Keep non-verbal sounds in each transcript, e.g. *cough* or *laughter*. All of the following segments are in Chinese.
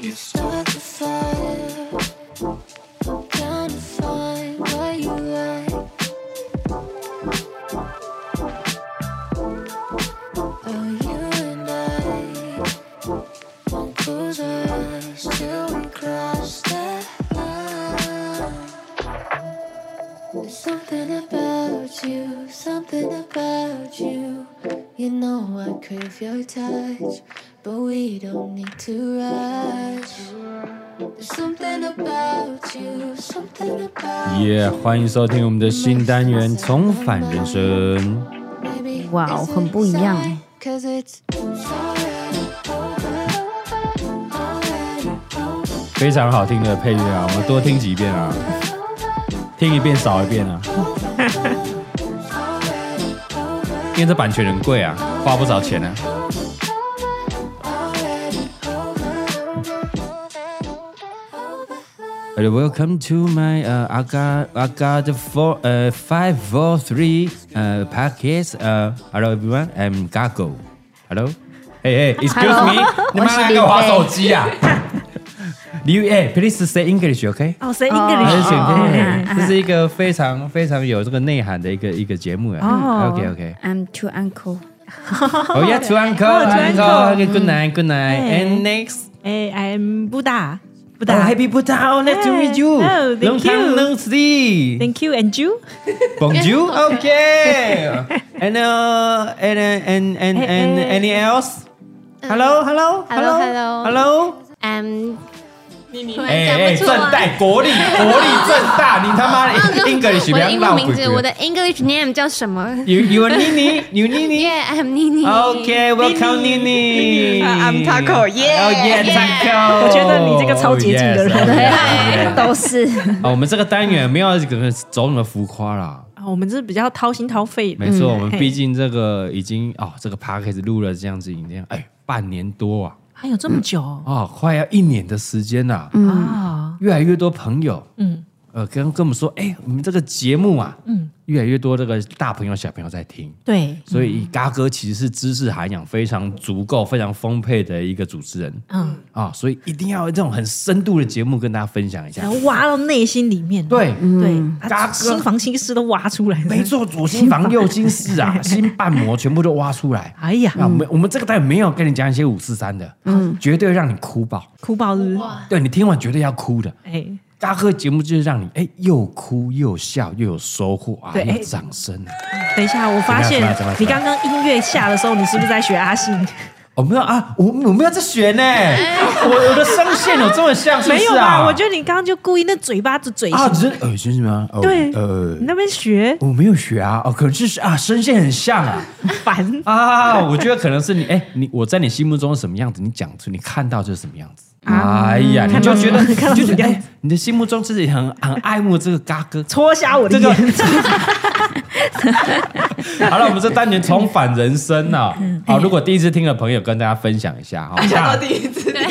You start the fire. I'm trying to find what you like. Oh, you and I won't close our eyes till we cross that line. There's something about you, something about you. You know I crave your touch, but we don't need to rush. There's something about you, something about 耶 you. 欢迎收听我们的新单元《重返人生》。哇哦很不一样哎非常好听的配乐啊，我们多听几遍啊，听一遍少一遍啊，因为这版权很贵啊，花不少钱啊。Uh, Welcome to my uh, I got I got the four uh five four three uh podcast uh hello everyone I'm Gago hello hey hey excuse me 你妈来给我划手机啊！你哎，please say English OK？哦，谁还是 English？请哦嘿这是一个非常非常有这个内涵的一个一个节目啊。哦 OK OK， I'm too uncle。哦嗯要出安哦出安 uncle，uncle，good night，good night，and next。哎，I'm Oh, Buddha。Buddha。 happy Buddha, nice to meet you. Oh, thank Long time you. no see. Thank you and you。 Bonjour. Okay. and uh, and uh, and and and eh. any else? Hello, hello, Hello, hello. hello. 嗯，突然讲哎哎，不正出来。大国力，国力正大，你他妈忘的记 English 我不的要英闹文鬼名字，我鬼的。English name 叫什么 You you Nini, you Nini. ？Yeah，I'm Nini。 Okay, welcome Nini. Uh, I'm Taco, yeah. Oh yeah, Yeah. Taco. 我觉得你这个超级的 Yes, okay, *laughs* 人。 yeah. 都是啊，我们这个单元没有可能走你的浮夸啦。啊我们这是比较掏心掏肺的没。错，我们嗯嘿毕竟这个已经哦，这个 p a c k a g e 录了这样子已经哎半年多啊，还有这么久哦，快要一年的时间啦、啊？越来越多朋友嗯，呃跟跟我们说，哎，我们这个节目啊，嗯嗯，越来越多这个大朋友小朋友在听。对，所以，嘎哥其实是知识涵养非常足够、非常丰沛的一个主持人嗯，啊、所以一定要有这种很深度的节目跟大家分享一下然。后挖到内心里面。对，对，嗯嘎他哥心房心思都挖出来了。没错，左心 *laughs* 嗯房、右心室啊，心瓣膜全部都挖出来。哎呀，那我们我们这个单啊元没有跟你讲一些五四三的，嗯绝对让你哭爆。哭爆日。对你听完绝对要哭的。哎，大哥节目就是让你哎又哭又笑又有收获啊，对又有掌声啊！等一下，我发怎现么样怎么样你刚刚音乐下的时候，你是不是在学阿 *laughs* 信？我没有啊，我我没有在学呢，我我的声线有这么像是不哎没是有啊？吧？我觉得你刚刚就故意那嘴巴子嘴啊，型，只是呃，是什么？哦对呃你，那边学我没有学啊，哦，可是是啊，声线很像啊。烦啊，我觉得可能是你，哎、你我在你心目中是什么样子，你讲出你看到就是什么样子。哎呀，你就觉得， *laughs* 你就觉得，哎、你的心目中自己很很爱慕这个嘎哥。戳瞎我 *laughs* 的这个啊眼。好了，我们这单元重返人生了、 *laughs* 啊。好、如果第一次听的朋友，跟大家分享一下哈。大家哎 *laughs* 第一次听，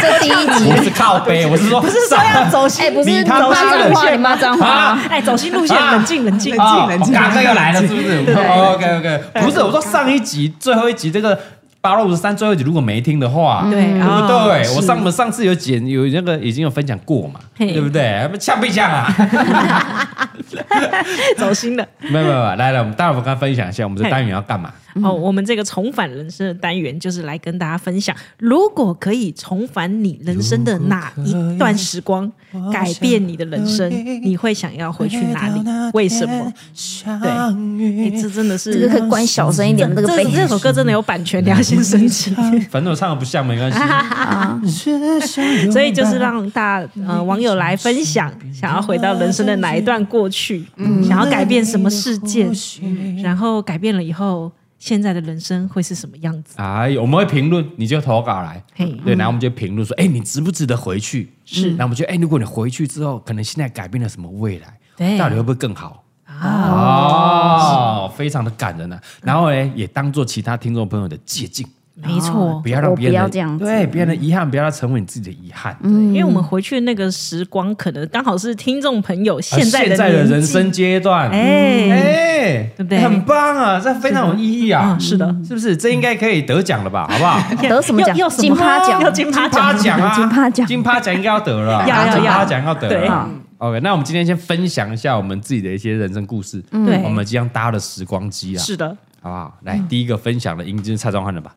这第一集，我是靠背，我是说，不是说要走心，不是你他妈走心的路线骂脏话啊 *laughs* 哎，走心路线，啊冷静，冷静，哦啊，嘎哥又来了，是不 *laughs* 是？OK OK，不是，我说上一集最后一集这个八六五十三最后一集，如果没听的话，对对 *laughs* 不嗯啊对？是我上我们上次有剪有那个已经有分享过嘛，嘿对不对？呛不呛啊？走心了。没有没有，没有来来，我们待会儿跟他分享一下我们这单元要干嘛。哦，我们这个重返人生的单元就是来跟大家分享，如果可以重返你人生的哪一段时光，改变你的人生，你会想要回去哪里？为什么？对，哎这真的是这个可以关小声一点，这个这背这首歌真的有版嗯权，你要先申请。反正我唱的不像没关系，嗯所以就是让大呃网友来分享，想要回到人生的哪一段过去，嗯想要改变什么事件，然后改变了以后，现在的人生会是什么样子？哎，我们会评论，你就投稿来嘿，对，然后我们就评论说，哎，你值不值得回去？是，那我们就，哎，如果你回去之后，可能现在改变了什么未来，对到底会不会更好？哦，非常的感人啊！然后呢，也当做其他听众朋友的借鉴，没错不。要让我别人不要的这样子对别人的遗憾，不要让它成为你自己的遗憾。因为我们回去那个时光，可能刚好是听众朋友而现在的哦现在的年纪人生，阶段，哎，哎，对不对很棒啊，这非常有意义啊嗯，是的，是不是？这应该可以得奖了吧？好不好？得什么奖要要什么金趴奖要金趴奖，金啊，金趴奖金趴奖应该要得了啊，要要金趴要奖要得对了啊。OK，那我们今天先分享一下我们自己的一些人生故事，对我们即将搭了时光机啊，是的，好不好？来，第一个分享的应该是蔡庄汉了吧？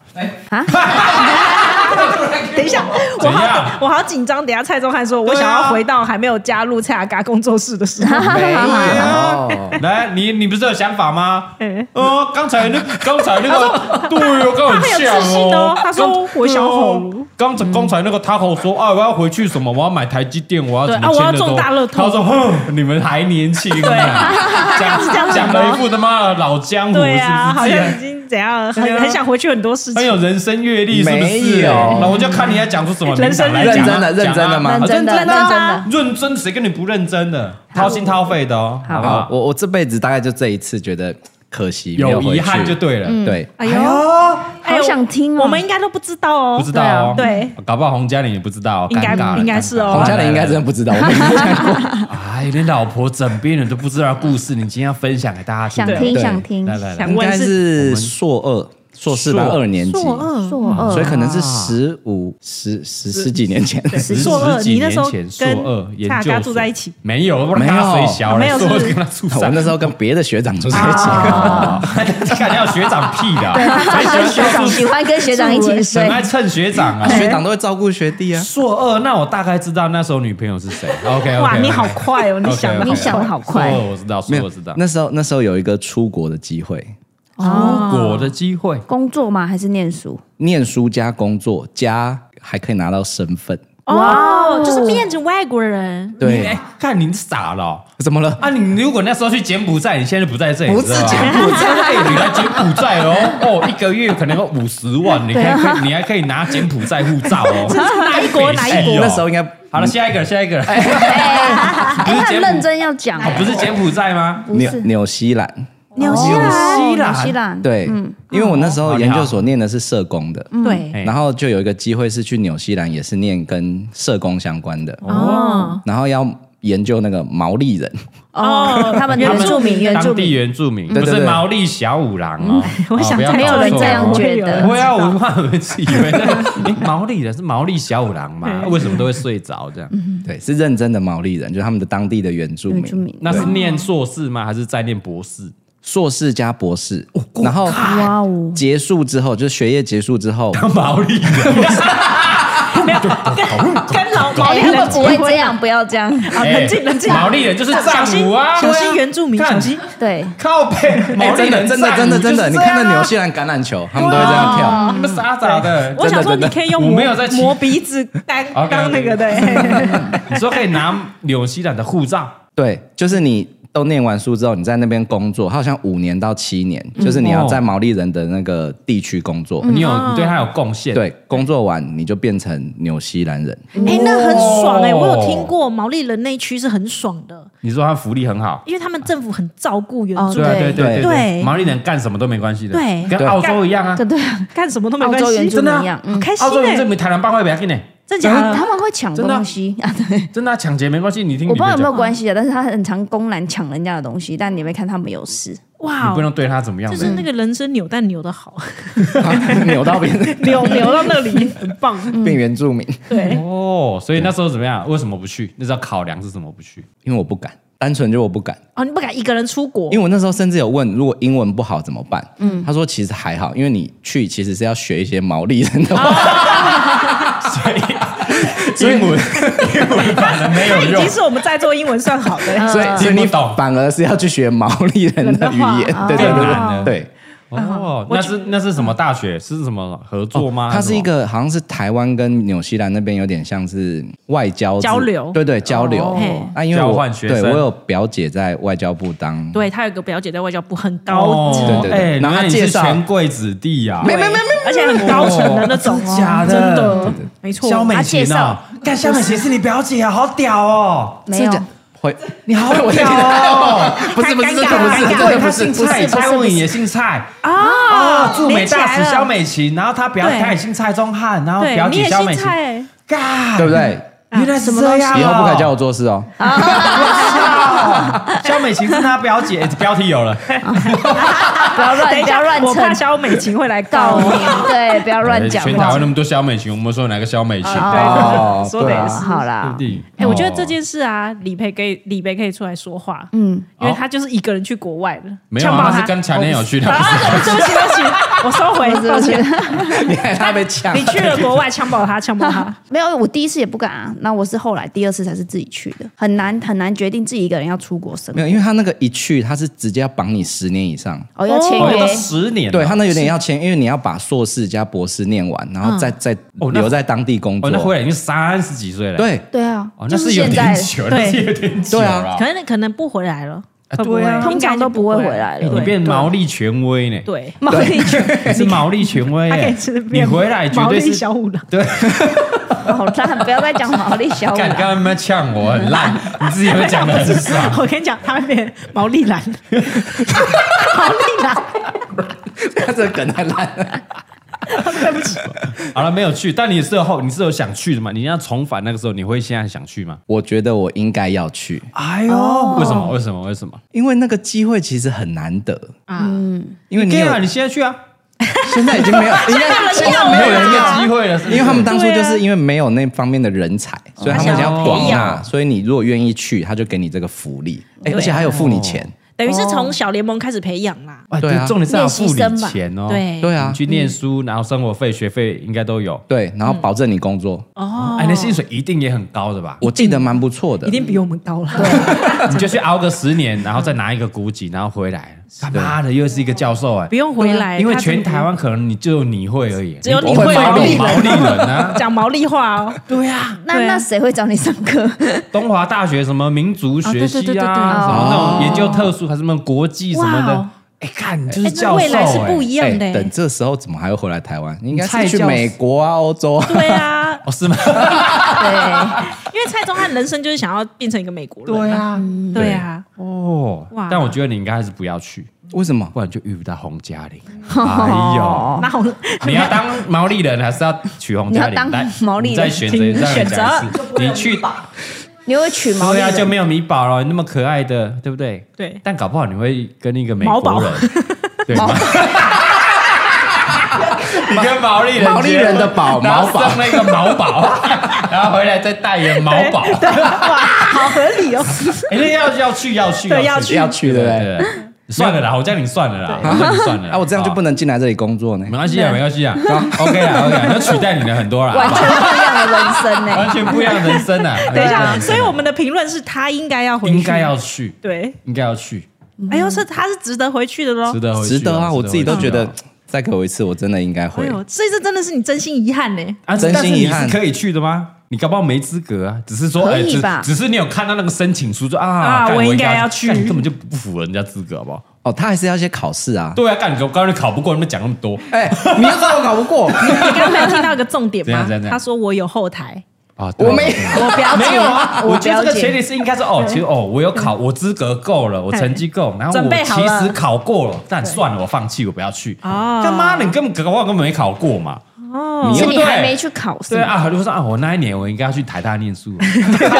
等一下，我怎好样我好紧张。等一下蔡宗翰啊说，我想要回到还没有加入蔡阿嘎工作室的 *laughs* 时候。没 *laughs* 有。 *laughs* 来，你你不是有想法吗？嗯哦，刚才 *laughs* 那刚才那个，对哦，刚很他很有像自信哦哦。他说刚我想好了对哦刚才刚才那个 Taco 说啊，我要回去什么？我要买台积电，我要对怎么啊我要签的都中大乐透他说哼，你们还年轻啊， *laughs* 讲讲了一副他妈的老江湖，是不对啊，是好自己像已很？经怎样，很对啊很想回去很多事很情。有人生阅历，是不没是？有那我就看你要讲出什么名人生堂来讲啊。认真的认真的吗讲啊认真的啊认真的，认真谁跟你不认真的？掏心掏肺的哦，好不好，好？我我这辈子大概就这一次觉得可惜，没有回遗憾去就对了，对。哎呦，哎好呦想听哦。我们应该都不知道不哦知。道哦，对，搞不好洪嘉玲也不知道哦，应该尴尬了应该是哦洪嘉玲应该真的不知道，我没看过。哎，你老婆枕边人都不知道的故 *laughs* 事，你今天要分享给大家想听听对想听，来来来想应问该是硕二、硕士班硕啊二年级，硕二，所以可能是十五、十十十几年前。 *laughs* 十硕二十几你那时候年前硕跟二研蔡雅究嘎所住在一起没有，我跟他没水有小没有说是跟他出我山，那时候跟别的学长住在一起，啊 *laughs* 哦，你敢要学长屁的啊，谁喜欢学长住喜欢跟学长一起睡哎很，爱蹭学长啊。学长都会照顾学弟啊。硕二，那我大概知道那时候女朋友是 *laughs* 谁。OK，哇，你好快哦，你想的你想的好快硕二我知道，硕二我知道。那时候那时候有一个出国的机会，出哦国的机会，工作吗？还是念书？念书加工作加还可以拿到身份。哇哦哦，就是面着外国人。你对哎，，看你傻了哦怎么了？啊！你如果那时候去柬埔寨，你现在就不在这里，不是你知道吗柬埔寨你来柬埔寨哦，哦，一个月可能有五十万，你可以可以，你还可以拿柬埔寨护照哦，哪一国哪一哎国？呦那时候应该好了，下一个，下一个，不哎，是他柬认埔真要讲，哦不是柬埔寨吗？不纽是纽西兰。纽西兰哦西兰纽西兰，嗯对，因为我那时候研究所念的是社工的，对哦哎然后就有一个机会是去纽西兰，也是念跟社工相关的，哦然后要研究那个毛利人。哦，他们原原住住民，原住当地民，原住民，对不对是对毛利小五郎哦。我想哦不要没有搞人错这样哦觉得不要，我怕们自以为那诶毛利人是毛利小五郎嘛？为什么都会睡着这样？对，是认真的毛利人，就是他们的当地的原住民，原住民那是念硕士吗？还是在念博士？硕士加博士，哦然后哇哦，结束之后，就是学业结束之后，毛利人，跟老毛哎，利如人果结不会婚这样，不要这样，啊，哎冷静冷静，毛利人就是小战心舞啊，小心对啊原住民，看小心对，靠背，毛哎，利真的，人真的，真的，真的，你啊看那纽西兰橄榄球，他们都会这样跳。哦你们傻傻的，我想说，真的你可以用我磨没有在骑磨鼻子当 OK，OK 当那个的， *laughs* 哎你说可以拿纽西兰的护照，对，就是你都念完书之后，你在那边工作，它好像五年到七年，就是哦你要在毛利人的那个地区工作。你嗯有你对他有贡献，对，工作完你就变成纽西兰 *laughs* 人，哎，那很爽哦哎！我有听过毛利人那一区是很爽的，你说他福利很好。因为他们政府很照顾原哦住对啊，对对对对毛利人干什么都没关系的，对跟澳洲一样啊 *laughs* 对，对，干什么都没澳关洲原系，住真的啊民一样，好嗯，开心澳洲人证哎！明台南办会比较紧呢，真假他的？们会抢真的啊东西啊，对。真的啊抢劫没关系，你听我不知道有没有你关系啊，但是他很常公然抢人家的东西，但你没看他没有事，哇不，能对他怎么样就的，是那个人生扭蛋扭 *laughs* 的好，扭到变扭 *laughs* 扭到那里很棒。变原住民，对，哦，所以那时候怎么样？为什么不去？那时候考量是什么不 *laughs* 去？因为我不敢，单纯就我不敢，哦，你不敢一个人出国因为，我那时候甚至有问，如果英文不好怎么办？嗯，他说其实还好，因为你去其实是要学一些毛利人的话， *laughs* 所以英文英文反而没他有已用经，是我们在座英文算好的了。所以所以听你不懂反而是要去学毛利人的语言，对对更对难啊了对对。哦，那是那是什嗯么大学？是什么合作吗？它是一个好像是台湾跟纽西兰那边有点像是外交之交流对对交流嘿。那因为交我换学对生我有表姐在外交部当，对他有个表姐在外交部很什么高级，哦对对对哎，然后那他你是介绍权贵子弟啊呀，没没没没，而且很高层的那种哦，假的真的，没错。肖美他琴介绍啊，干肖美琴是你表姐啊，好屌 *laughs* 哦！没有，会你好屌哦！ *laughs* 不是不是尴尬真的不尴是尬真的他不姓是蔡，不是蔡文颖也姓蔡，啊，哦，驻美连起大来使了萧美琴，然后他表对他也姓蔡宗翰，然后对表你姐也萧美姓琴，蔡欸，嘎，对不？对？原来是这 *laughs* 样哦，以后不可以叫我做事哦。萧美琴是他表姐，哎标题 *laughs* 有了，不要 *laughs* 等乱一不要下，乱我怕蹭萧美琴会来告告 *laughs* 我。你，对，不要乱讲哎全台话湾。那么多萧美琴，我们说哪个萧美琴？哦对，说的对也啊是。好啦，弟，哎，我觉得这件事啊，李培可以，李培可以出来说话，嗯，因为好他就是一个人去国外了，没有呛爆啊，他是跟前男友去的。啊，对不起，对不起，我收回，抱歉。你看他被抢，你去了国外，枪爆他，枪爆他。没有，我第一次也不敢啊。那我是后来第二次才是自己去的，很难很难决定自己一个人要出国生没活。有？因为他那个一去，他是直接要绑你十年以上。哦，要签哦，约要十年了，对他那有点要签，因为你要把硕士加博士念完，然后再再哦那留在当地工哦，作。那回来已经三十几岁了，，对 *laughs* 对啊哦，，那就是是有现点在久，那是有点久对了啊。可能可能不回来了，啊会不会对啊通常都不会回来了应该是不哎你会变毛利权威呢？对，毛 *laughs* 利犬你是毛利权威 *laughs* 他可耶以吃，你面回来绝毛对利是小 *laughs* 五郎，好烂，哦不要再讲毛利小五干，了。刚刚们呛我很 *laughs* 烂，你自己有没有讲的啊很爽？ *laughs* 我跟你讲，他会变毛利兰，他这个梗太烂了。好了，没有去，但你是有后，你是有想去的嘛？你要重返那个时候，你会现在想去吗？我觉得我应该要去，哎哦呦，为什么？为什么？为什么？因为那个机会其实很难得。嗯嗯，因为你对有啊，你现在去啊，现在已经没有，应该 *laughs* 现在没有人要。啊机会了，是不是因为他们当初就是因为没有那方面的人才，所以他们想要广纳，所以你如果愿意去，他就给你这个福利，哎，而且还有付你钱。等于是从小联盟开始培养啦。哎对啊重点是要付练习你生吧钱哦，对对啊你，去念书，然后生活费、学费应该都有。对，然后保证你工作，哦，哎，那薪水一定也很高的吧？我记得蛮不错的一。定比我们高了。 *laughs* 你就去熬个十年，然后再拿一个股级，然后回来，他妈的又是一个教授哎，不用回来因为他真的全台湾可能你只有你会而已，只有你，会毛毛利利人毛利人啊 *laughs* 讲毛利话哦，对啊，那对啊那谁会找你上课？ *laughs* 东华大学什么民族学系啊，哦对对对对对什么那种研究特殊还是什么国际什么哇哦的，哎，看就是哎教授未来是哎不一样的哎等欸。这时候怎么还会回来台湾？你应该蔡是去教授美国啊、欧洲啊。对啊，哦是吗？对，因为蔡宗翰人生就是想要变成一个美国人。对，啊，对啊，哦哇，但我觉得你应该还是不要去，为什么？不然就遇不到洪嘉 *laughs* 玲。哎呦，那我你要当毛利人还是要娶洪嘉玲？你要当来毛你利人再选择让选你择讲一次，你去你会娶毛利对啊，就人？没有米宝了，你那么可爱的，对不对？对但搞不好你会跟一个美毛宝国人，对吗？ *laughs* 你跟毛利人结婚，毛利人的宝然后毛宝生了一个毛宝， *laughs* 然后回来再代言毛宝。对哇，好合理哦。哎，那要要去要去对 *laughs* 要去对对不对对算了啦，我叫你算了啦，我叫你算了啦。啊，我这样就不能能进来这里工作呢没。关系啊，没关系啊，OK 啊 OK，啊那取代你的很多啦，完好全不一样的人生呢、吧完全不一样的人生 *laughs* 啊。等一下，对所以我们的评论是他应该要回去，应该要去，对。应该要去，哎呦，是他是值得回去的喽值。得回去值得啊，我自己都回去觉啊得，再给我一次，我真的应该哎会。呦，所以这真的是你真心 *laughs* 遗憾呢。啊，真但是心你遗憾是可以去的吗？你搞不好没资格啊，只是说，可哎，以只吧只是你有看到那个申请书，说啊啊，干我应该要要去干你根本就不符合人家资格，好不好？哦，他还是要一些考试啊。对啊，干你我刚才考不过，你们讲那么多，哎，你又知道我考不 *laughs* 过，你刚才有听到一个重点怎样吗怎样怎？样他说我有 *laughs* 后台，啊，对我没我表姐，没有啊，我觉得这个表前姐，提是应该是哦，其实哦，我有考，我资格够了，我成绩够，然后准我备好其了实考过了，但算了，我放弃，我不要去。哦干嘛？你根本搞不好根本没考过嘛。哦你是又你对还没去考试对，啊，如果说啊，我那一年我应该要去台大念 *laughs* 书，很有道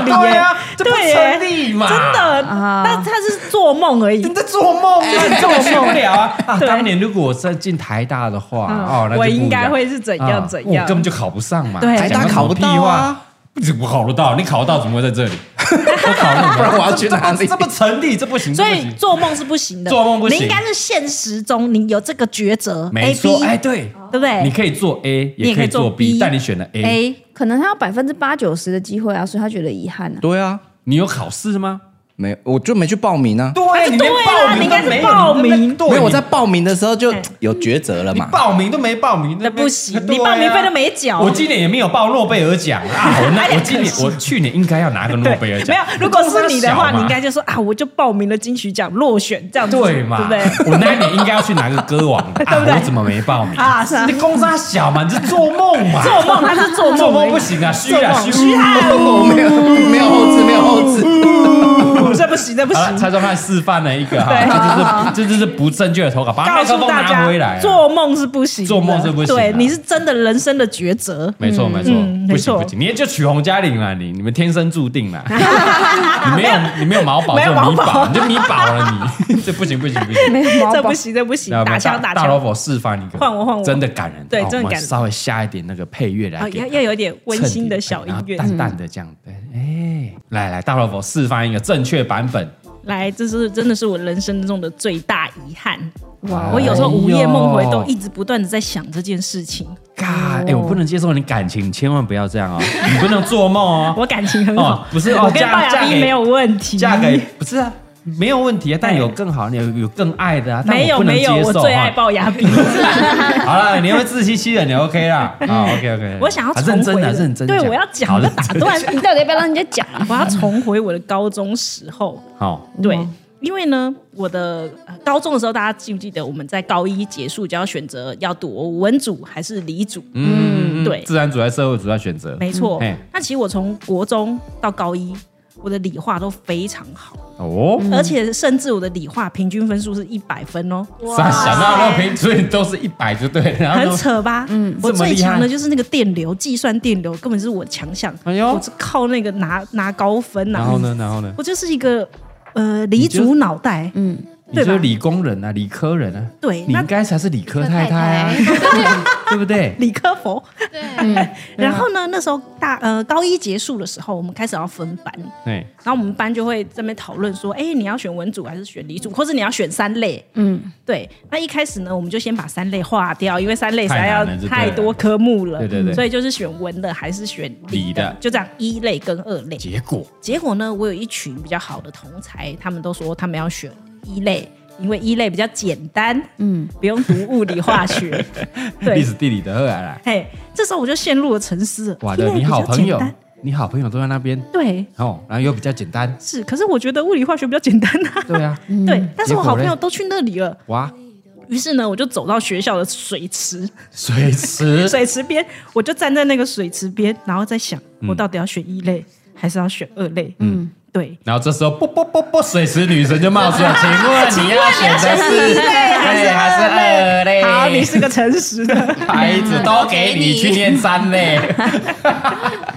理耶对啊，这不对耶成立嘛，真 *laughs* 的，啊但他是做 *laughs* 梦而已。你在做梦，你做去不了啊！啊对当年如果我再进台大的话，嗯哦，那就我不一样应该会是怎样怎样啊我根本就考不上嘛，对台大讲个考不到啊屁话，不怎么考得到？你考得到怎么会在这里？我考那 *laughs* 么不然我要去哪里啊这不成立，这不行，所这不以行做梦是不行的，做梦不行你应该是现实中你有这个抉择没，A 错， B，哎，对，对不你对可以做 A，你也可可以以做做 B， B 但你选了 A， ？A 可能他有百分之八九十的机会啊，所以他觉得遗憾啊。对啊，你有考试吗？没有，我就没去报名啊。对，你连啊对啦报名你应该都是没有报你在那名对没有，我你在报名的时候就有抉择了你嘛。报名都没报名，那边不 *laughs* 行，对你啊报名费都没哎缴。我今年也没有报诺贝尔奖啊！我那我今年我去年应该要拿个诺对贝尔 *laughs* 没奖有，，如果是你的话，这么小嘛你应该就说啊，我就报名了金曲奖落选这样子，对嘛？对不对？我那一年应该要去拿个歌 *laughs* 王，的，啊对不对我怎么没报名？啊，是啊你，公差小嘛，你是做梦嘛？ *laughs* 做梦他是 *laughs* 做梦，做梦不行啊，虚啊做梦虚啊！没有，没有后置，没有后置。不这不行，这不好了，行。蔡宗汉示范了一个对哈，这就是这就是不正确的投稿，把啊麦告克诉风大拿回家，来。啊做梦是不行的，做梦是不行的啊对，你是真的人生的抉 *laughs* 择。没错没错嗯，不没行错不行，你就娶洪嘉玲啦，你你们天生注定 *laughs* 啦，你没有你没有毛宝没就有米毛宝宝，你就米宝了你， *laughs* *laughs* 这不行不行不行。没有毛这宝不，行，这不行那，我们打枪打大老枪，虎示范一个，换我换我真的感人，对哦真的我们感人稍微下一点那个配乐来啊，给要他，要有点温衬馨底的小音然后乐。淡淡的这样，对，哎，来来，大老虎示范一个正确版本，来，这是真的是我人生中的最大遗憾。哇我有时候午夜梦回都一直不断的在想这件事情，嘎，哎哎，我不能接受你感情，千万不要这样哦，你不能做梦哦，我感情很好，哦不是哦我跟嫁龅牙嫁逼给没有问题，嫁给不是啊，没有问题啊，但有更好，你有有更爱的啊，但哎没有不能没有，接我受最爱哈。龅牙逼。 *laughs* 好了，你会自欺欺人，你 OK 啦，啊，OK OK， *laughs* 我想要重啊认真回的了认真，对我要讲好我认打真断，你到底要不要让人家 *laughs* 讲啊？我要重回我的高中时候。好，对，因为呢，我的呃高中的时候，大家记不记得我们在高一结束就要选择要读文组还是理组？嗯，对自然主要社会主要选择，没错嗯嘿。那其实我从国中到高一，我的理化都非常好，哦，而且甚至我的理化平均分数是一百分哦，傻想到那平所以都是一百就对，然很后扯吧？嗯，我这么最厉害强的就是那个电流，计算电流根本是我强项。哎呦我是靠那个拿拿高分然啊。后呢，然后呢，我就是一个呃理你就组脑袋，嗯，你就对是吧理工人啊，理科人啊，对你那应该才是理科太太啊， *laughs* 对不 *laughs* 对？理科佛。 *laughs* 对，嗯然后呢，那时候大呃高一结束的时候，我们开始要分班，对，然后我们班就会这边讨论说，哎，你要选文组还是选理组，或者你要选三类。嗯，对，那一开始呢，我们就先把三类划掉，因为三类实在太要难了就对了太多科目了，对对对所以就是选文的还是选理理的，的就这样一类跟二类。结果结果呢，我有一群比较好的同才，他们都说他们要选一类，因为一类比较简单，嗯，不用读物理 *laughs* 化学。历对，史地理的二来啦，嘿，哎这时候我就陷入了沉思了。哇一类的，比你较好朋友简单，你好朋友都在那边对，哦，然后又比较简单，是，可是我觉得物理化学比较简单啊。对啊， *laughs* 对，但结是我果好朋嘞友都去那里了，哇，于是呢，我就走到学校的 *laughs* 水池，水池，水池边，我就站在那个水池边，然后在想，嗯我到底要选一类还是要选二类？嗯，对，然后这时候，啵啵啵啵，水池女神就冒出来，请问你要选择是一类还是二类？好，你是个诚 *laughs* 实的。牌子都给你去念三 *laughs* 类，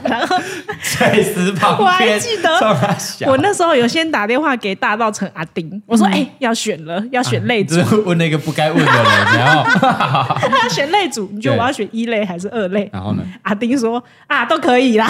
然后水池旁边，我还记得 *laughs* 冲他小我那时候有先打电话给大道城阿嗯丁，我说：“哎、要选了，要选类组，只是问了一个不该问的人，然后 *laughs* 要选类组，你觉得对我要选一类还是二类？”然后呢？阿丁说：“啊，都可以啦，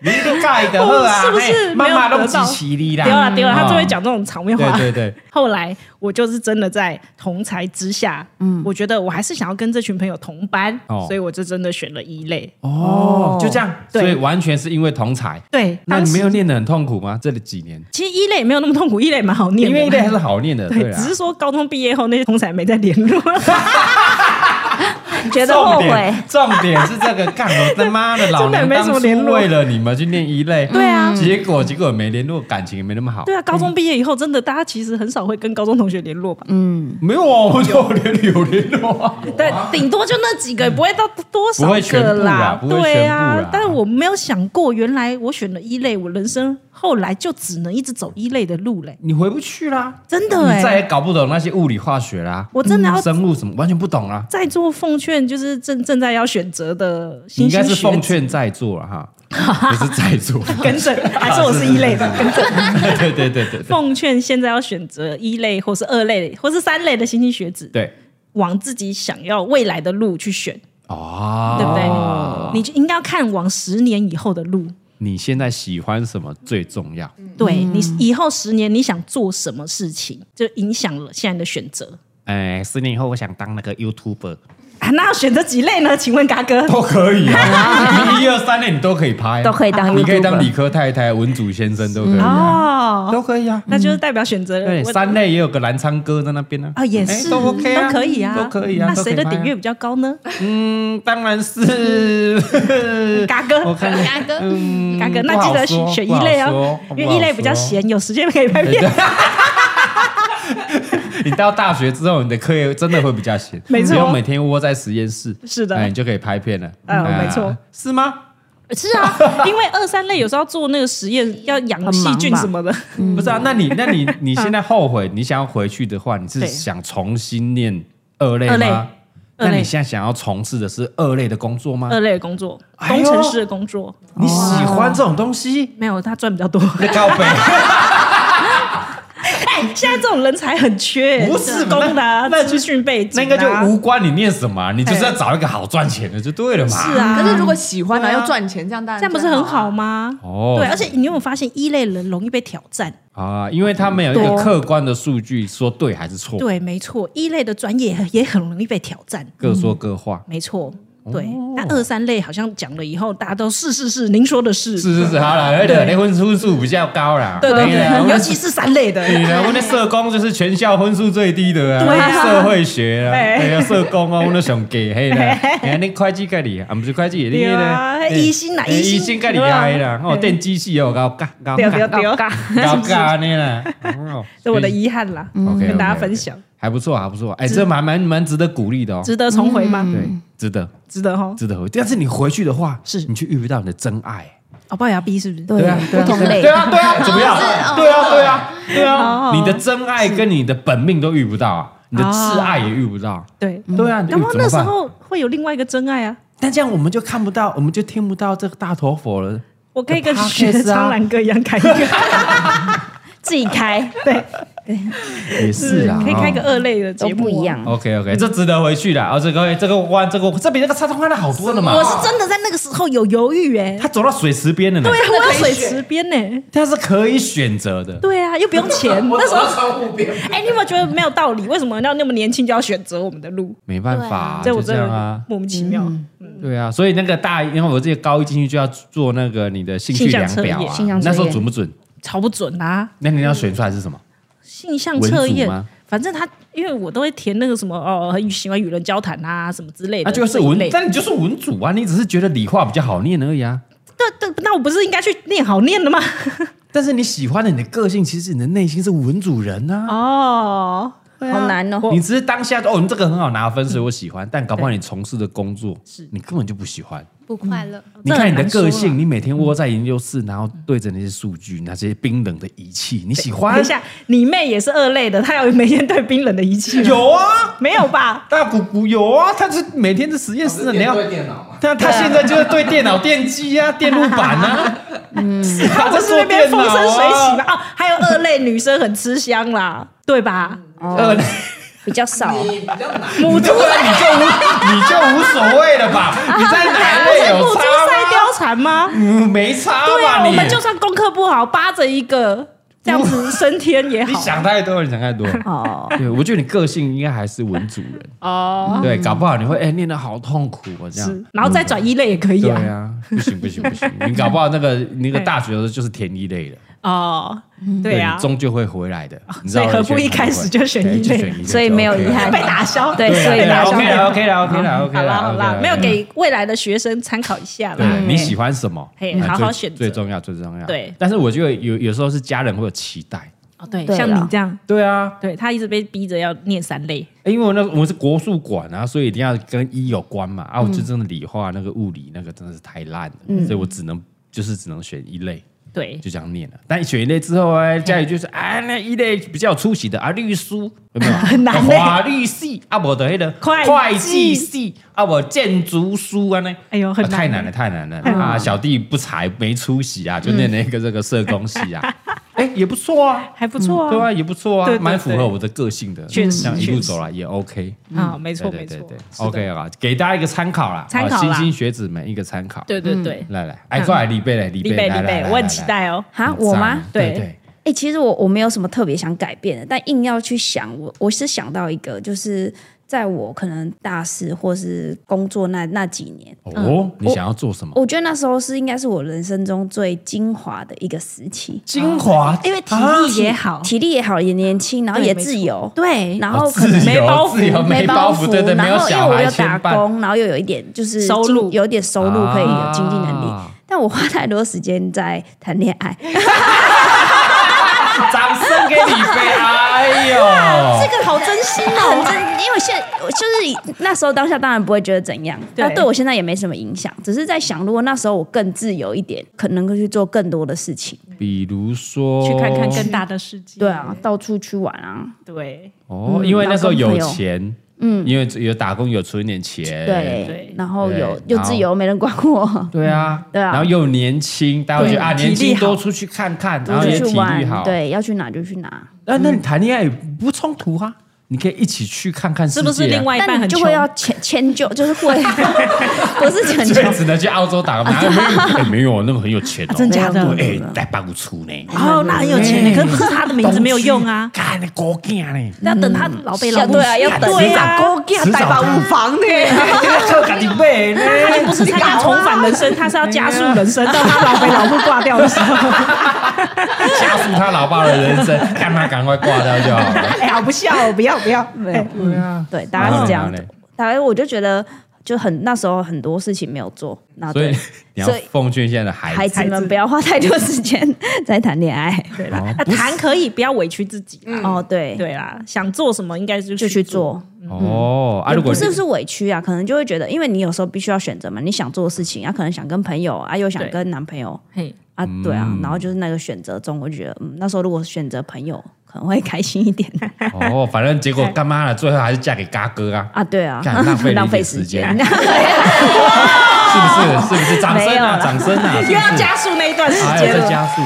你盖的喝啊，哦是不是嘿妈妈没都有得集到齐你啦，丢了丢了。”他哦最会。讲这种场面对话。对对， *laughs* 后来我就是真的在同才之下，嗯，我觉得我还是想要跟这群朋友同班，哦所以我就真的选了一类。哦，就这样，对所以完全是因为同才。对，那当你时没有念得很痛苦吗？这里几年，其实一类没有那么痛苦，一类蛮好念因的，为一类还是好念的， *laughs* 对，对啊啦只。是说高中毕业后那些同才没再联 *laughs* 络。你觉得后重悔？点重点是这个，干我他妈 *laughs* 的老娘没什当么初联络为了你们去念一类，对啊结果结果没联络，感情也没那么好。对啊，高中毕业以后，真的大家其实很少会跟高中同学联络吧？没有啊，我有联有联络啊。 *laughs* 但顶多就那几个，不会到多少不会全个部啦不会对全部啊啦，但是我没有想过，原来我选了一类，我人生后来就只能一直走一类的路嘞，你回不去啦，真的你哎、再也搞不懂那些物理化学啦，嗯我真的要生物什么完全不懂啦。在做奉劝，就是正正在要选择的你新应兴该学是子奉劝在座了哈，不是在 *laughs* 座。更正，还是我是一类的跟正。 *laughs* 对对对对对奉劝现在要选择一类或是二类或是三类的新兴学子，对，往自己想要未来的路去选，哦，对不对？你就应该要看往十年以后的路。你现在喜欢什么最重要？对你以后十年你想做什么事情，就影响了现在的选择 *laughs* 哎，十年以后我想当那个 YouTuber 啊。那要选择几类呢？请问嘎哥，都可以啊，你一二三类你都可以拍，啊都可以当你可以当 YouTuber 理科太太、文主先生都可以啊，哦，都可以啊。那就是代表选择对，了我三类也有个南昌哥在那边呢。啊，也哎是都 OK 啊，都可以啊，都可以啊。那都可以谁的拍啊点阅比较高呢？嗯，当然 *laughs* 是嘎哥，我看看，嘎哥，嗯，嘎哥，不那好记得说选选一类哦，因为一类比较。闲，有时间可以拍片。不好说不好说你到大学之后，你的课业真的会比较闲，没错不用每天窝在实验室，是的哎你就可以拍片了。嗯啊没错，是吗？ *laughs* 是啊，因为二三类有时候要做那个实验，要养很细忙菌吧什么的，不是啊，那你那你你 *laughs* 现在后悔，你想要回去的话，你是啊对想重新念二类二类吗？二那类你现在想要从事的是二类的工作吗？二类的工作，哎工呦程师的工作，你喜欢这种东西？没有他赚比较多。在靠北，现在这种人才很缺、不是工的、啊，那那资讯背景、那啊，个就无关你念什么啊，你就是要找一个好赚钱的就对了嘛。是，啊。可是如果喜欢然对啊后又赚钱，这样当然这样不是最很啊好吗？哦对，而且你有没有发现一类人容易被挑战？啊，因为他没有一个多客观的数据说对还是错，对，没错，一类的专业也很容易被挑战，各说各话。没错。哦对，那二三类好像讲了以后，大家都是是是，您说的是，是是是，好啦，而且对离婚数数比较高啦。对对哎呀 *laughs* 对，尤其是三类 *laughs* 的，对啊，我那社工就是全校分数最低的啊，对啊社会学啊，哎哎呀，社工啊，我那上给嘿啦，你看那会计概里啊，不是会计，你对啊那个医生啦哎医生医生概里嗨啦，哦，电机系哦，搞搞搞对对搞对， *laughs* 搞搞呢啦，哦这我的遗憾啦，嗯 OK，跟大家 OK，OK 分享，还不错，还不错，哎，这蛮蛮蛮值得鼓励的哦，值得重回吗？对，值得值得哈，值得回。但是你回去的话，是你去遇不到你的真爱。哦，龅牙逼是不是？对啊，不同类对，啊，对啊，怎么哎样？哦对啊，对啊，对啊，你的真爱跟你的本命都遇不到啊，你的挚爱也遇不到。对，对啊，你哦然后怎么那时办，候会有另外一个真爱啊，但这样我们就看不到，我们就听不到这个大头佛 *laughs* 了。我可以跟 Podcast 啊学苍兰哥一样开 *laughs* 一个，自己开也是啊，可以开个哦。二类的都节目不啊一。样。 OK OK，这值得回去的。哦，这个这个弯，这个这比那个叉叉弯的好多了嘛。我是真的在那个时候有犹豫哎、他走到水池边了呢，对啊，我有水池边呢、他是可以选择的。对啊，又不用钱。那时候哎、你有没有觉得没有道理？为什么要那么年轻就要选择我们的路？没办法，这就我这真的样啊。莫名其妙。对啊，所以那个大一，因为我这个高一进去就要做那个你的兴趣性向量测表验啊性向，测那时候验准不准？超不准啊！那你要选出来是什么？性向测文组验吗，反正他因为我都会填那个什么哦，很喜欢与人交谈啊什么之类的，那就是这一文类，。但你就是文组啊，你只是觉得理化比较好念而已啊。对对，那我不是应该去念好念的 *laughs* 吗？但是你喜欢的你的个性，其实你的内心是文主人啊。哦，好难哦。你只是当下哦，你这个很好拿分，所以我喜欢。但搞不好你从事的工作，你根本就不喜欢。不快乐，你看你的个这很难说性，你每天窝在研究室，然后对着那些数据、那些冰冷的仪器，你喜哦等欢一？下，你妹也是二类的，她有每天对冰冷的仪器吗？有啊，没有吧？大古古有啊，他是每天的实验室，你要电脑嘛，他他现在就是对电脑、电机啊、电路板啊，嗯，他不在是做那边电脑风生水起嘛？啊。哦，还有二类女生很吃香啦，对吧？呃，你比较少，母这猪个啊你就无你就无所谓了吧？你在哪类母有猪差赛吗？ *laughs* 貂蝉吗？嗯，没差对吧啊，我你们？就算功课不好，扒着一个这样子升天也你好。想太多了，你想太多了。哦，对，我觉得你个性应该还是文主人哦。对，搞不好你会哎念得好痛苦哦，这样是。然后再转一类也可以对啊。啊，不行不行不行，你搞不好那个那个大学的时候就是田一类的，哦，对啊哦你，终究会回来的，你知所道以吗？何不一开始就选对一就类选一类，所以没有就 OK 遗憾被打消。对，所以对啦大，OK 家啦，OK 啦，OK 啦，OK 好啦啦，好 OK 啦，没有 OK 给未来的学生参考一下啦对。你喜欢什么，嗯嘿嗯好好最选择最重要，最重要。对但是我觉得有有时候是家人会有期待。哦，对，对像啦你这样，对啊，对他一直被逼着要念三类，诶因为我那我们是国术馆啊，所以一定要跟一有关嘛。啊，我就真的理化那个物理那个真的是太烂了，嗯所以我只能就是只能选一类。对，就这样念了，但选一类之后哎，家里就是啊，那一类比较有出息的啊，律书有没有？很 *laughs* 难欸法律系啊，我的那个会计会计系啊，我建筑书啊呢，哎呦很啊难嗯太难了，太难了啊！小弟不才没出息啊，就念了一个这个社工系啊， *laughs* 哎，也不错啊，还不错啊。对啊，也不错对啊对，对蛮符合我的个性的，确实这样一确路实走来也 OK。啊，没错对没对错对对是的，OK 啊，给大家一个参考啦，参考啊啦新兴学子们一个参考。对对对，来来，哎，过来，李贝嘞，李李贝，贝来李来贝来，我很来期来待哦。哈，很啊我赞吗？对对对，哎、其实我我没有什么特别想改变的，但硬要去想，我我是想到一个，就是在我可能大四或是工作那那几年，哦，你想要做什么？嗯我觉得那时候是应该是我人生中最精华的一个时期，精华，因为体啊力也好体力也好，也年轻，然后对也没自错由，对然哦后可自能由没包自由袱没包袱，对对，没有然后因为小我孩又牵打绊，工，然后又有一点就是收经入有一点收入可以有经济能力，啊但我花太多时哦间在谈恋爱，掌声给李贝啊！哎呦，这个好真心哦， *laughs* 很真，因为现我就是那时候当下当然不会觉得怎样，对那对我现在也没什么影响，只是在想，如果那时候我更自由一点，可能会去做更多的事情。比如说去看看更大的世界。对啊，到处去玩啊，对哦，嗯因为那时候老有公朋友钱，嗯，因为有打工有存一点钱，对，对然后有对又自由，没人管我，对啊，对啊然后又年轻，大家会觉得啊，体年轻力好多出去看看，然多后出也体去力好，啊玩，。对，要去哪就去哪，那那你谈恋爱也不冲突啊，你可以一起去看看世界是啊，不是另外一半但你很就穷？会要迁迁就，就是 *laughs* 会不是很所穷以，只能去澳洲 *laughs* 打工。啊哪有没有哎没有，那个很有钱哦，真假的对，哎，在办公处呢，哦，那很有钱的，可是他的名字没有用啊，干你狗干呢，要等他老被老要母对啊，要等嗯对啊，迟早他房 *laughs* 呢？靠赶紧背呢。他不是参加重返人生，他是要加速人生，到他老被老母挂掉的时候，加速他老爸的人 *laughs* 生，干嘛赶快挂掉就好了。哎，好不孝，不要不要，哎对啊，对，大概是这样然后的呢。大概我就觉得就很那时候很多事情没有做，那所对以你要所以奉劝现在的孩孩子，子们不要花太多时间 *laughs* 在谈恋爱。对啦，啊谈可以，不要委屈自己啦。哦，对，对啦，想做什么应该就就去做。哦啊，也如果嗯不是不是委屈啊，可能就会觉得，因为你有时候必须要选择嘛，你想做的事情啊，可能想跟朋友啊，又想对跟男朋友嘿，啊，对啊，嗯然后就是那个选择中，我就觉得，嗯，那时候如果选择朋友，可能会开心 *laughs* 一点哦，反正结哎果干嘛了？最后还是嫁给嘎哥啊，啊，对啊，干浪费了一点浪费时时间间，是不 *laughs* 是？是不是？掌声哦没有啊，啦掌声啊！ *laughs* 是不又是要加速那一段时还有间再了。加速，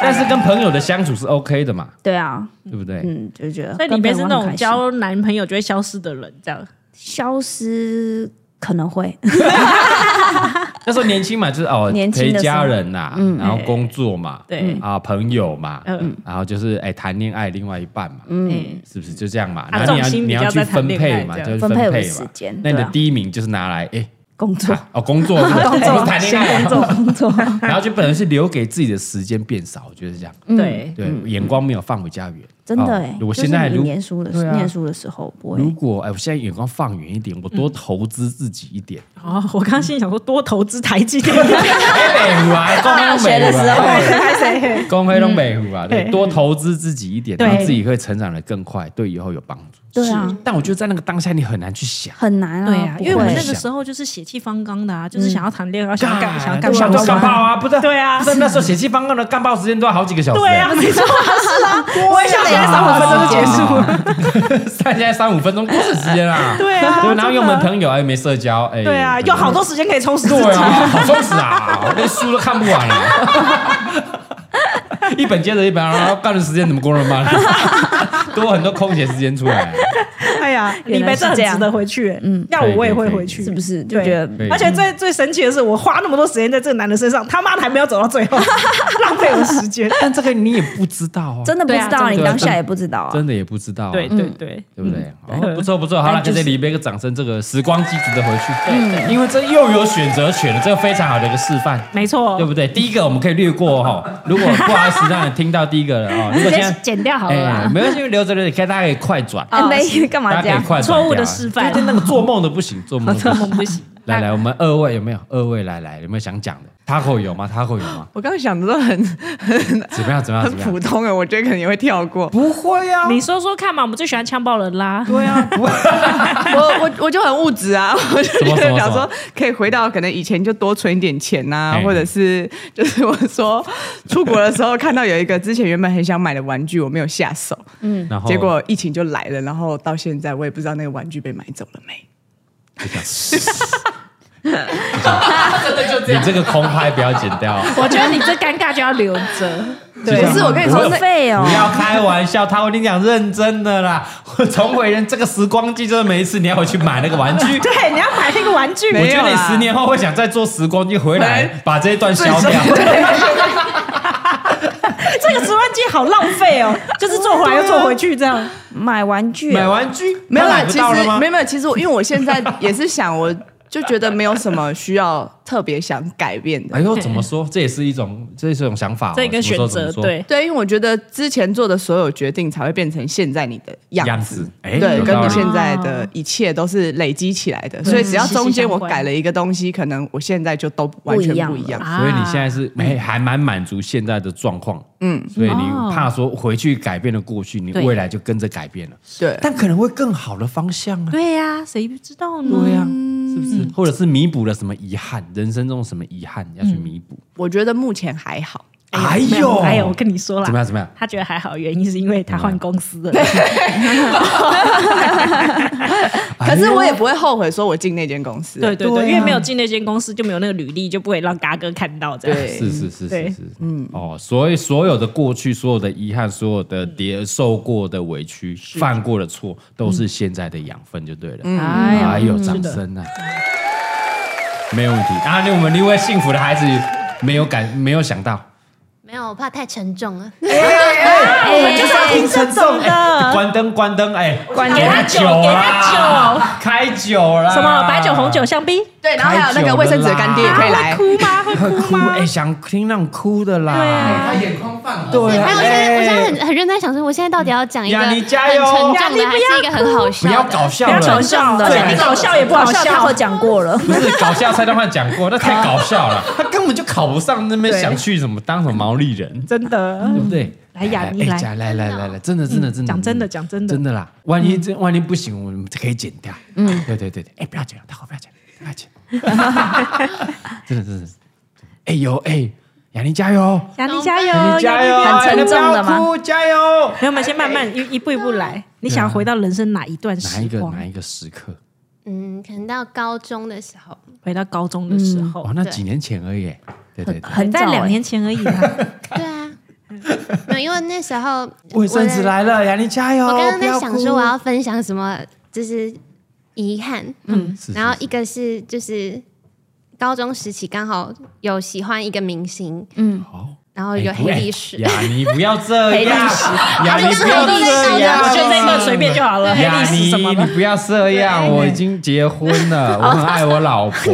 但是跟朋友的相处是 OK 的嘛，对啊，对不对？嗯，就觉得所以跟朋你别友是很那开种心交男朋友就会消失的人，这样消失，可能会那时候年轻嘛，就是哦，年轻陪的时候嗯家人呐，然后工作嘛，对啊，朋友嘛，嗯然后就是哎谈恋爱另外一半嘛，嗯是不是就这样嘛？啊然后你要重心你比较要去在分谈恋爱配嘛，这样就是分配我的配时嘛。间那你的对啊第一名就是拿来哎工 *laughs* 作。哦工作 *laughs* 是不是 *laughs* 工作不是谈恋爱先啊工作工作， *laughs* *laughs* 然后就本来是留给自己的时间变少，我觉得是这样。对，对，眼光没有放回家远，嗯真的哦哎、我就现是在你如念书的时对啊候，念书的时候不如会，果哎，我现在眼光放远一点，我嗯多投资自己一 *laughs* 点。哦，我刚刚心里想说多投资台积 *laughs* 电，哎美虎啊， *laughs* 大学的时 *laughs* 候对公会弄美虎啊，对， *laughs* 对多投资自己一点，对让自己会成长的更快，对以后有帮助。对啊，但我觉得在那个当下，你很难去想。很难啊，啊，不因为我会那个时候就是血气方刚的啊，就是想要谈恋爱，想要干，想要干干嘛就干嘛。爆啊，不是？对啊不是那时候血气方刚的干爆时间都要好几个小时。对啊，哎没错，是啊，我也想现在三五分钟就结束了。但现在 *laughs* 三五分钟不是时间啊。 *laughs* 对啊对，然后又真的没朋友，哎，没社交，哎，对啊，有好多时间可以充实自己对。啊，好充实啊，我连书都看不完了。 *laughs* 一本接着一本，然后干的时间怎么过那么慢？ *laughs* 多很多空闲时间出来，啊哎呀，原李来白是这很这样值得回去。嗯，要我我也会回去，是不是？是就对觉得对而且最最神奇的是，我花那么多时间在这个男的身上，他妈的还没有走到最后，浪费我时间。但这个你也不知道啊，真的不对知啊道，真你的当下也不知道啊真，的也不知道啊，对对对，对不对？哦，不错不错，好了，但就给是这里边一个掌声，这个时光机值得回去，对，因为这又有选择权了，这个非常好的一个示范。没错对。不对？第一个我们可以略过哈，如果不好意思让你听到第一个了哦，如果直现接在剪掉好了哎，啊。没关系，留着留着，看大家可以快转，哦哎没干嘛大这家可样以，快转错误掉的啊示范对对，那个做梦的不行，做梦的不行。不行，来来，我们二位有没有？二位来来，有没有想讲的？Taco 有吗？Taco 有吗？我刚刚想的都很很怎么样？怎么样？很怎么普样？通的，我觉得可能也会跳过。不会啊你说说看嘛，我们最喜欢枪爆人啦。对啊，我我我就很物质啊， *laughs* 我就哎什么觉什得么想什么哎说可以回到可能以前就多存一点钱呐、嘿或者是就是我说出国的时候看到有一个之前原本很想买的玩具，我没有下手，然后结果疫情就来了，然后到现在我也不知道那个玩具被买走了没。就这样就这样你这个空拍不要剪掉，啊我觉得你这尴尬就要留着。对不是我跟你说好废哦不，要开玩笑，他我跟你讲认真的啦。 *laughs* 我重回人这个时光机，就是每一次你要回去买那个玩 *laughs* 具，对，哎你要买那个玩具。我觉没有得你啦十年后会想再做时光机回来，把这一段消掉。这个时光机好浪费哦，就是做回来又做回去这样。买玩具，买玩具没有他啦，买不其到了吗 *laughs* 实没？有没有，其实我因为我现在也是想，我就觉得没有什么需要特别想改变的。哎呦，怎么说？这也是一种，这也是一种想法哦，这个选怎么择说，对，对，因为我觉得之前做的所有决定才会变成现在你的怎么说样样子子，，哎，对，有跟道你理现在的一切都是累积起来的，所以只要中间我改了一个东西，可能我现在就都完全不不一一样样。所以你现在啊是哎，还蛮满足现在的状况，嗯，所以你哦怕说回去改变了过去，你对未来就跟着改变了，对，但可能会更好的方向啊，对呀、谁知道呢？对呀、是不是？或者是弥补了什么遗憾，人生中什么遗憾要去弥补？我觉得目前还好，哎没有呦，哎呦，我跟你说啦，怎么样？怎么样？他觉得还好，原因是因为他换公司了。 *laughs* 哎可是我也不会后悔说我进那间公司。对对对，因为没有进那间公司，就没有那个履历，就不会让嘎哥看到这样。对是是是是对是，嗯，哦，所以所有的过去，所有的遗憾，所有的跌受过的委屈，犯过的错，都是现在的养分就对了。哎呦，掌声啊！没有问题。啊，那我们另外幸福的孩子没有感，没有想到，没有，我怕太沉重了。哎 *laughs* 哎我们就是要听沉重的。关灯，关灯，哎，关给他酒酒给啦，开酒啦，什么白酒、红酒、香槟？对，然后还有那个卫生纸的干爹也可以来。哭吗？会会哭 *laughs* 哭，吗？哎，想听那种哭的啦，眼眶泛红。对啊，还有，我现在我现在哎很很认真在想说，我现在到底要讲一个雅很尼沉加油重的，还是一个很好不要笑的？搞笑不要了搞。笑对的，你搞笑也不好搞笑他笑都。讲过了，不 *laughs* 是搞笑蔡东汉讲过，那太搞笑啊了，他根本就考不上那边想去什么当什么毛利人， *laughs* 真的，对不对？来雅尼哎来来来来来嗯来，真的真的真的，讲真的讲真的真的嗯啦，万一真万一不行，我们可以剪掉。嗯，对对对对，哎，不要剪，大伙不要剪，不要 *laughs* 剪，真的真的，哎呦哎，雅尼加油，雅尼加油，雅尼加油，雅尼很沉重的哎吗不要哭加油。没有，我们先慢慢一一步一步来。你想要回到人生哪一段哪时一个光？哪一个时刻？嗯，可能到高中的时候，回到高中的时候哦，，那对几年前而已，哎对对对，很早在两欸年前而已啦。对啊，没有，因为那时候卫生纸我在来了，雅尼加油！我刚刚不在要想哭说我要分享什么，就是遗憾，嗯，是然后是一个是就是高中时期刚好有喜欢一个明星，嗯好。哎然后有黑历史，雅尼不要这样，雅尼不要这样，我觉得这个随便就好了。黑雅历史尼什么，你了？不要这样，我已经结婚了，我很爱我老婆，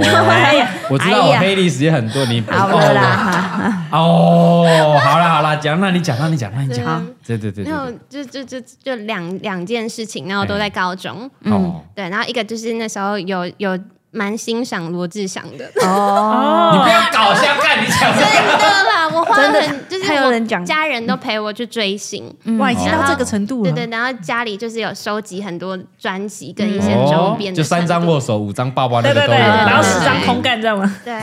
我知道我黑历史也很多，你不好够了啦，哦，好了好了，讲，那你讲，那你讲，那你对啊讲，对对对对然后就就就就两两件事情，然后都在哎高中，对，嗯哦，对，然后一个就是那时候有有蛮欣赏罗志祥的，哦 *laughs* 哦你不要搞笑，看你讲什么，真的啦，我花真的很就是还有我人讲嗯家人都陪我去追星，哇，已经然到后这个程度对了。对，然后家里就是有收集很多专辑跟一些周哦边，就三张我。握手，五张抱抱，那对个对都对，有，然后对十对张对空干这样吗？对，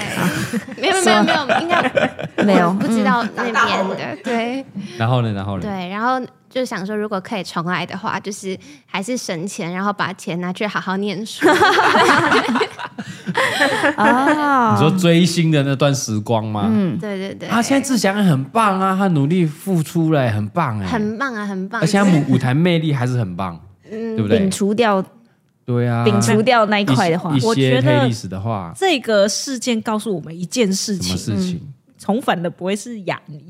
没有没有没有，应该 *laughs* 没有嗯我不知道那边的，对然后呢，然后呢，对，然后就想说，如果可以重来的话，就是还是省钱，然后把钱拿去好好念书。 *laughs* 哎啊你说追星的那段时光吗？嗯，对对对，啊，现在志祥很棒啊，他努力付出了，很棒哎，很棒啊，很棒，而且他舞舞台魅力还是很棒，对不对摒？除掉对啊，摒除掉那一一块的话一，我些觉得黑历史的话，这个事件告诉我们一件事什么情：事情？重返的不会是雅尼，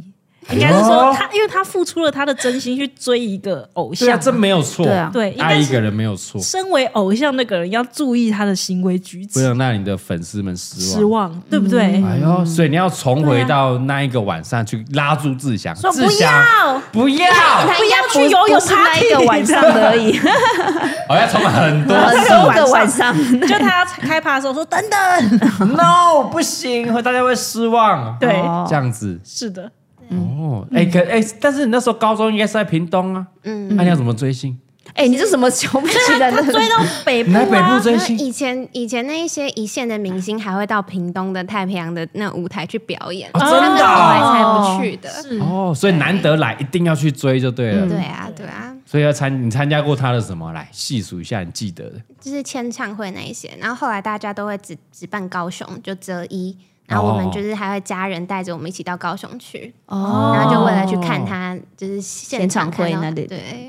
哎应该是说他，因为他付出了他的真心去追一个偶对啊，像。这没有错，对啊对应该爱一是个人没有错，身为偶像那个人要注意他的行为举不止，能让你的粉丝们失失望。望，对不对？哎呦，所以你要重回对啊到那一个晚上去拉住志祥，说志不祥要，不要，不要去游不泳是那 party，一个 *laughs* 晚上而已， *laughs* 好像哦重返很多很次。多个晚上。就他开趴的时候说等等， No，不行，会大家会失望。对，这样子是的，哦，哎，嗯可哎，但是你那时候高中应该是在屏东啊，嗯，那你要怎么追星？ *laughs* 哎，你这什么瞧不起人他的？追到北部你来北部啊，追然后星，以前以前那一些一线的明星还会到屏东的太平洋的那舞台去表演，哦他们真的后来才不去的。嗯哦，所以难得来，一定要去追就对了。对啊，对啊，所以要参你参加过他的什么？来细数一下你记得的。就是签唱会那一些，然后后来大家都会只只办高雄，就择一，然后我们就是还会家人带着我们一起到高雄去， *laughs* 哦然后就为了去看他，就是现场看到现场会那里对对，很。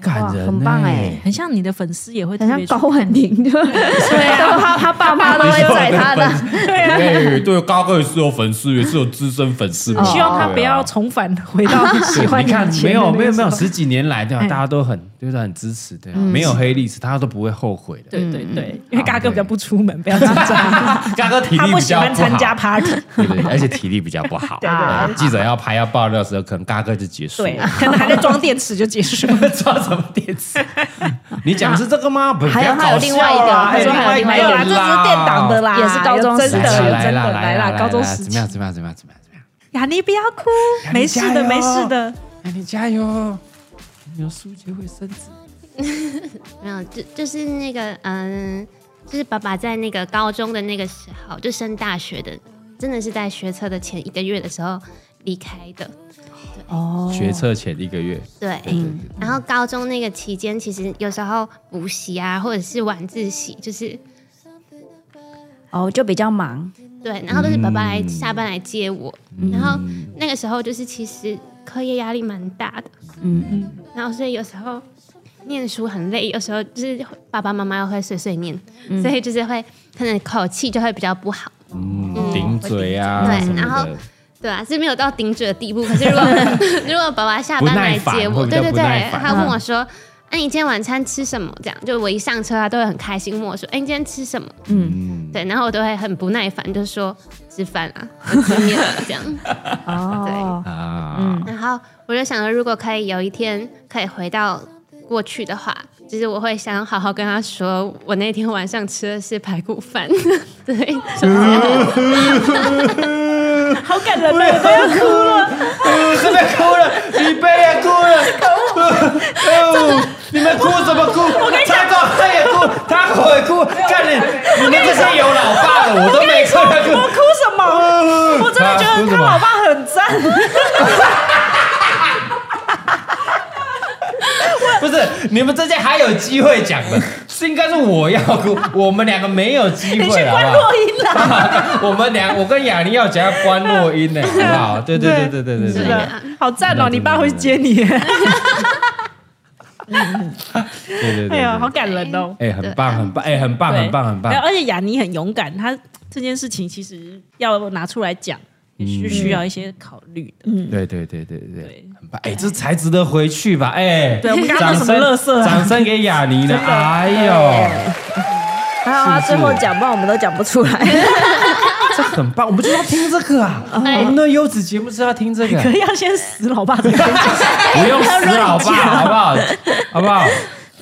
感人、哇很棒哎 *laughs* 哎、嗯很欸像你的粉丝也会特很别像去高婉婷，对啊，他 *laughs* 他爸妈都会在他的，对、哎 *laughs* 对，高哥也是有粉丝，也是有资深粉丝嘛。希望他不哦对要啊啊重返回到 *laughs* 喜欢你看以，前没有的那个没有没有，时候十几年来对吧、啊哎大家都很就是很支持的、没有黑历史，大家都不会后悔 *laughs* 的。对对对，嗯因为嘎哥比较不出门，不要紧张，嘎哥体他力不嗯比喜较欢好参加 party。对对，对 *laughs* 而且体力比较不好。呃对对记者要拍要爆料的时候，可能嘎哥就结束对啊 *laughs* 了。，可能还在装电池就结束了。抓什么电 *laughs* 池？你讲的是这个吗？不还有不要搞还有另外一个笑啦他说还有另外一个啦哎啦，这只是电档的啦，哦也是高中时期真的来啦真啦的来啦，高中时怎期么。样？怎么样？怎么样？怎么样？怎么样？雅妮不要哭，雅妮没事加的，油没事的。哎，你加油！你有苏杰会生子，没有，嗯就就是那个嗯，就是爸爸在那个高中的那个时候，就升大学的，真的是在学测的前一个月的时候离开的。哦学测前一个月，对，然后高中那个期间，其实有时候补习啊，或者是晚自习，就是哦，就比较忙，对，然后都是爸爸来、下班来接我，然后那个时候就是其实课业压力蛮大的，嗯嗯，然后所以有时候念书很累，有时候就是爸爸妈妈又会碎碎念，所以就是会可能口气就会比较不好，嗯，顶嘴啊对什么然后的，对啊，是没有到顶嘴的地步。可是如 *laughs* 果如果爸爸下班来接不耐烦会我，比对较对不耐对，烦他问我说：“那、你今天晚餐吃什么？”这样，就我一上车，他都会很开心问我说：“哎、你今天吃什么？”嗯，对，然后我都会很不耐烦，就说：“吃饭 *laughs* 啊，我吃面了。”这样，哦，啊，然后我就想说，如果可以有一天可以回到过去的话，就是我会想好好跟他说，我那天晚上吃的是排骨饭， *laughs* 对。嗯好感人啊，我都要哭了。真的哭了，李贝也哭了，哎呦，你们哭什么哭？我跟你讲，他也哭，他也哭，看你你们这些有老爸的，我都没看他我哭。哭什啊么？我真的觉得他老爸很赞。不是，你们这些还有机会讲的，是应该是我要哭，我们两个没有机你会啊去了，关好不好洛？音啦。我们俩，我跟雅尼要讲要关录音呢，好不好？对对对对对对是对的，好赞对对哦！对你爸会接你，对对哎对呀，好，感人哦！哎，很棒很棒，哎，很棒对很棒很没有棒，而且雅妮很勇敢，她这件事情其实要拿出来讲，嗯也是需要一些考虑的。嗯对对对对对，很棒，哎，这才值得回去吧，哎，对我们刚刚掌讲什么声垃圾啊掌声给雅 *laughs* 尼了，哎呦，还好他最后讲，不然我们都讲不出来。这很棒，我们就是要听这个 *laughs* 啊，我们的优质节目是要听这个，可要先死老爸才可 *laughs* 以讲，不用死老爸，好不好？好不好？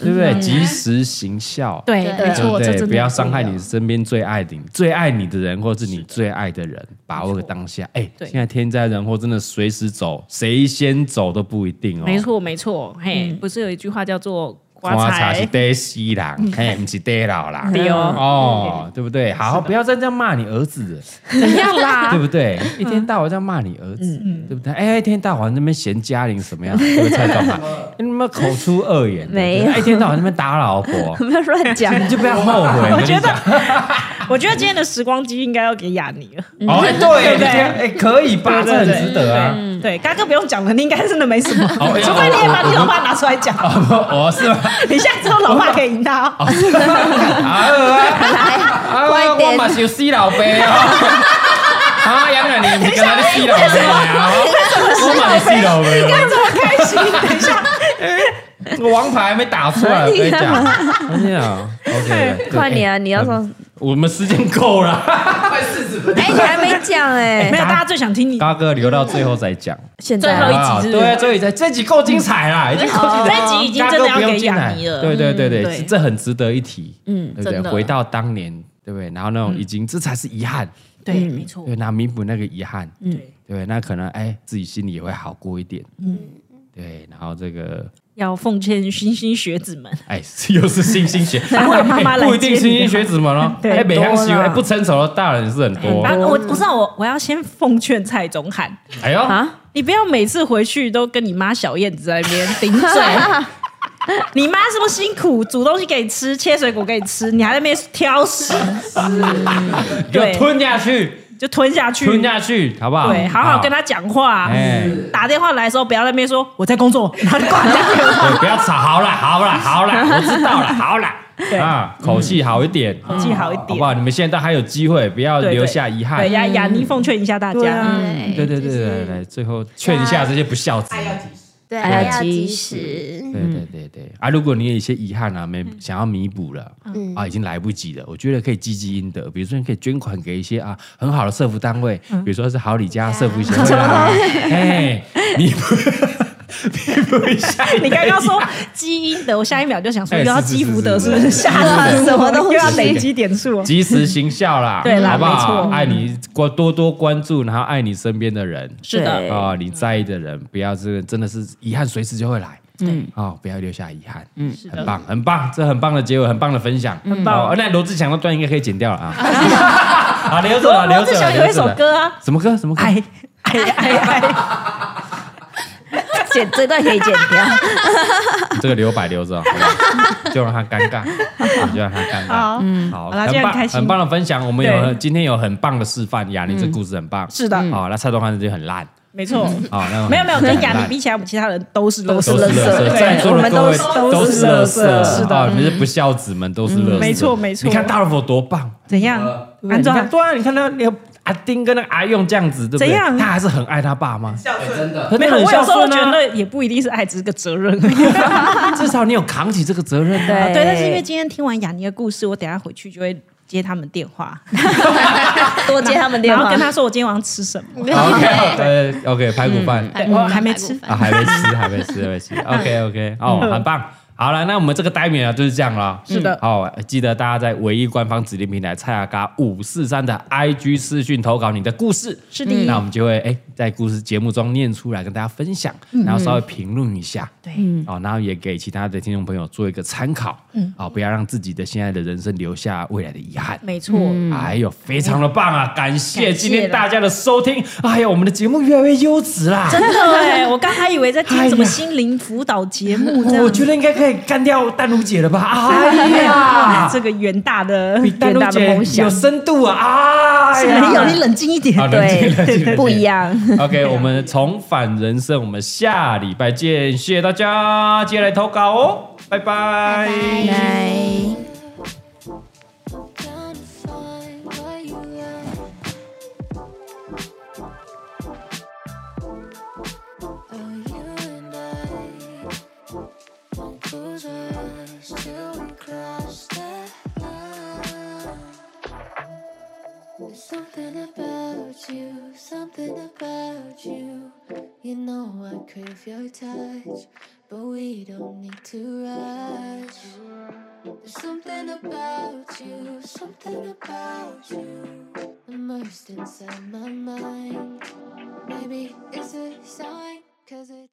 对不对？及时行孝，嗯对，对没对不错，这对？真不的要很重伤害你身边最爱你、最爱你的人，或是你最爱的人，把握当下。哎，对现在天灾人祸真的随时走，谁先走都不一定哦。没，错，没错，嗯嘿，不是有一句话叫做“刮刮茶是财得西郎，哎，不是得老啦。嗯对哦哦，对不对？好，不要再这样骂你儿子，怎样啦对 *laughs* 不对？嗯一天到晚这样骂你儿子，对不对？哎，一天到晚那边嫌家庭什么样，对不对？蔡总 *laughs* 啊，你们口出恶言嗯的，没有对不对哎一天到晚那边打老婆， *laughs* 不要乱讲，你就不要后悔。 *laughs* 我觉得，我觉得今天的时光机应该要给雅尼了，哦，哎 *laughs* 对，你这样哎，可以吧？这嗯对对很对值得啊。对，嘎哥不用讲了，你应该真的没什么，哦哎除非你也把你老爸拿出来讲，哦，哦是吗？ *laughs* 你下次老爸可以赢他哦。啊，啊快点我嘛是有死老爸哦。 *laughs* 啊，杨奶奶，你跟他的死老爸啊？我嘛是死老你爸看这么开心，等一下，哦，我王牌还没打出来，我跟你 *laughs* 讲，真的啊，OK， *laughs* 哎快 *laughs* 点啊！你要说，我们时间够了，哎，你还没讲 *laughs* 哎没，有，大家最想听你嘎哥留到最后再讲。现在最后一啊集啊是不是对，最后一集这集够精彩啦，已经够精彩了，这集已经真的大要给哥不用进来雅尼了对对对对，嗯对这很值得一提，嗯，对不对？真的回到当年，对不对？然后那种已经，这才是遗憾，对，没错，对，那弥补那个遗憾，嗯，对不对，那可能哎，自己心里也会好过一点，嗯，对。然后这个要奉劝莘莘学子们，哎，又是星星 *laughs* 学，爸爸妈妈哎来不一定接星你星学子们哦，对哎，北向西多啦哎不成熟的大人是很多啊，，我我知道，我我要先奉劝蔡宗翰，哎呦，啊，你不要每次回去都跟你妈小燕子在那边顶嘴。你妈这么辛苦，煮东西给你吃，切水果给你吃，你还在那边挑食，给我对吞下去，就吞下去。吞下去，好不好？对，好好跟他讲话。哎打电话来的时候，不要在那边说我在工作，然后就挂掉。对，不要吵，好了，好 *laughs* 了，好了，我知道了，好了。啊，口气好一点，口嗯气好一点好不好？你们现在都还有机会，不要对对留下遗憾对，。嗯雅雅妮奉劝一下大对家，啊嗯对对对对，来，最后劝一下这些不孝子。对，还要要及及时。对对对对啊！如果你有一些遗憾啊，没想要弥补了，嗯啊，已经来不及了，我觉得可以积极应得。比如说，你可以捐款给一些啊很好的社福单位，比如说是好礼家社福协会啦，哎，弥补 *laughs* 弥补一下。你刚刚说积阴德，我下一秒就 *laughs* 想说哎又要是是积福德，是是是不是？吓死什么东西又要累积点 *laughs* 数哦。及时行孝啦， *laughs* 对啦好不没好？错爱你关多多关注，然后爱你身边的人，是的对啊、你在意的人，不要这个真的是遗憾，随时就会来。嗯，哦，不要留下遗憾。嗯，很棒，很棒，这很棒的结尾，很棒的分享，很棒哦、那罗志祥那段应该可以剪掉了 *laughs* 啊，好，留着了，留罗着了，志祥有一留着首了，歌啊，哎什么歌？什么歌？爱爱爱爱，剪这段可以剪掉， *laughs* 这个留白留着，好不 *laughs* 好就让他尴尬，就让他尴尬。嗯，好，好啦很这样棒，开心很棒的分享。我们对嗯有今天有很棒的示范，雅尼这故事很棒。是的好，那蔡东汉就很烂。没错。好，啊那没有没有，跟雅尼尼比起来，我们其他人都是都都是是垃垃圾，圾，在对，座我的们各都位都是是垃垃圾，圾，是啊的。嗯你们是不孝子们都是垃圾，没错没错你看大老婆多棒，怎样？安你看装对啊，你看那个阿丁跟那个阿用这样子，对不对？怎样他还是很爱他爸妈，哎真的，没有，很我孝有时候顺觉啊。得也不一定是爱，只是个责任。至少你有扛起这个责任啊。对对，但是因为今天听完雅尼的故事，我等一下回去就会接他们电话，多接他们电然后话跟，他说我今天晚上吃什么。 OK，对 OK，排骨饭对，我哦还没吃啊，还没 *laughs* 吃，还没吃，还没吃。OK 嗯 OK，哦，很棒。好了，那我们这个单元啊就是这样了。是的好，记得大家在唯一官方指定平台蔡阿嘎五四三的 IG 私讯投稿你的故事，是的那我们就会哎在故事节目中念出来跟大家分享，嗯然后稍微评论一下，对，哦，然后也给其他的听众朋友做一个参考，嗯，哦，不要让自己的现在的人生留下未来的遗憾。没错，哎呦，非常的棒啊！感谢嗯感谢今天大家的收听。哎呀，我们的节目越来越优质啦！真的哎，我刚还以为在哎呀听什么心灵辅导节目这样。我觉得应该可以干掉淡如姐了吧？哎呀，这个远大的比淡远如大的姐梦想有，深度啊！哎是呀，没有你冷静一点。好冷静冷静对，不一。样。 OK，我们重返人生，我们下礼拜见，谢谢大家，接下来投稿哦，拜拜。拜。 Trying to find what you like. Oh, you and I won't lose our eyes till we cross that line. There's something about you, something about you. You know I crave your touch, but we don't need to rush. There's something about you, something about you. Immersed inside my mind. Maybe it's a sign, cause it's.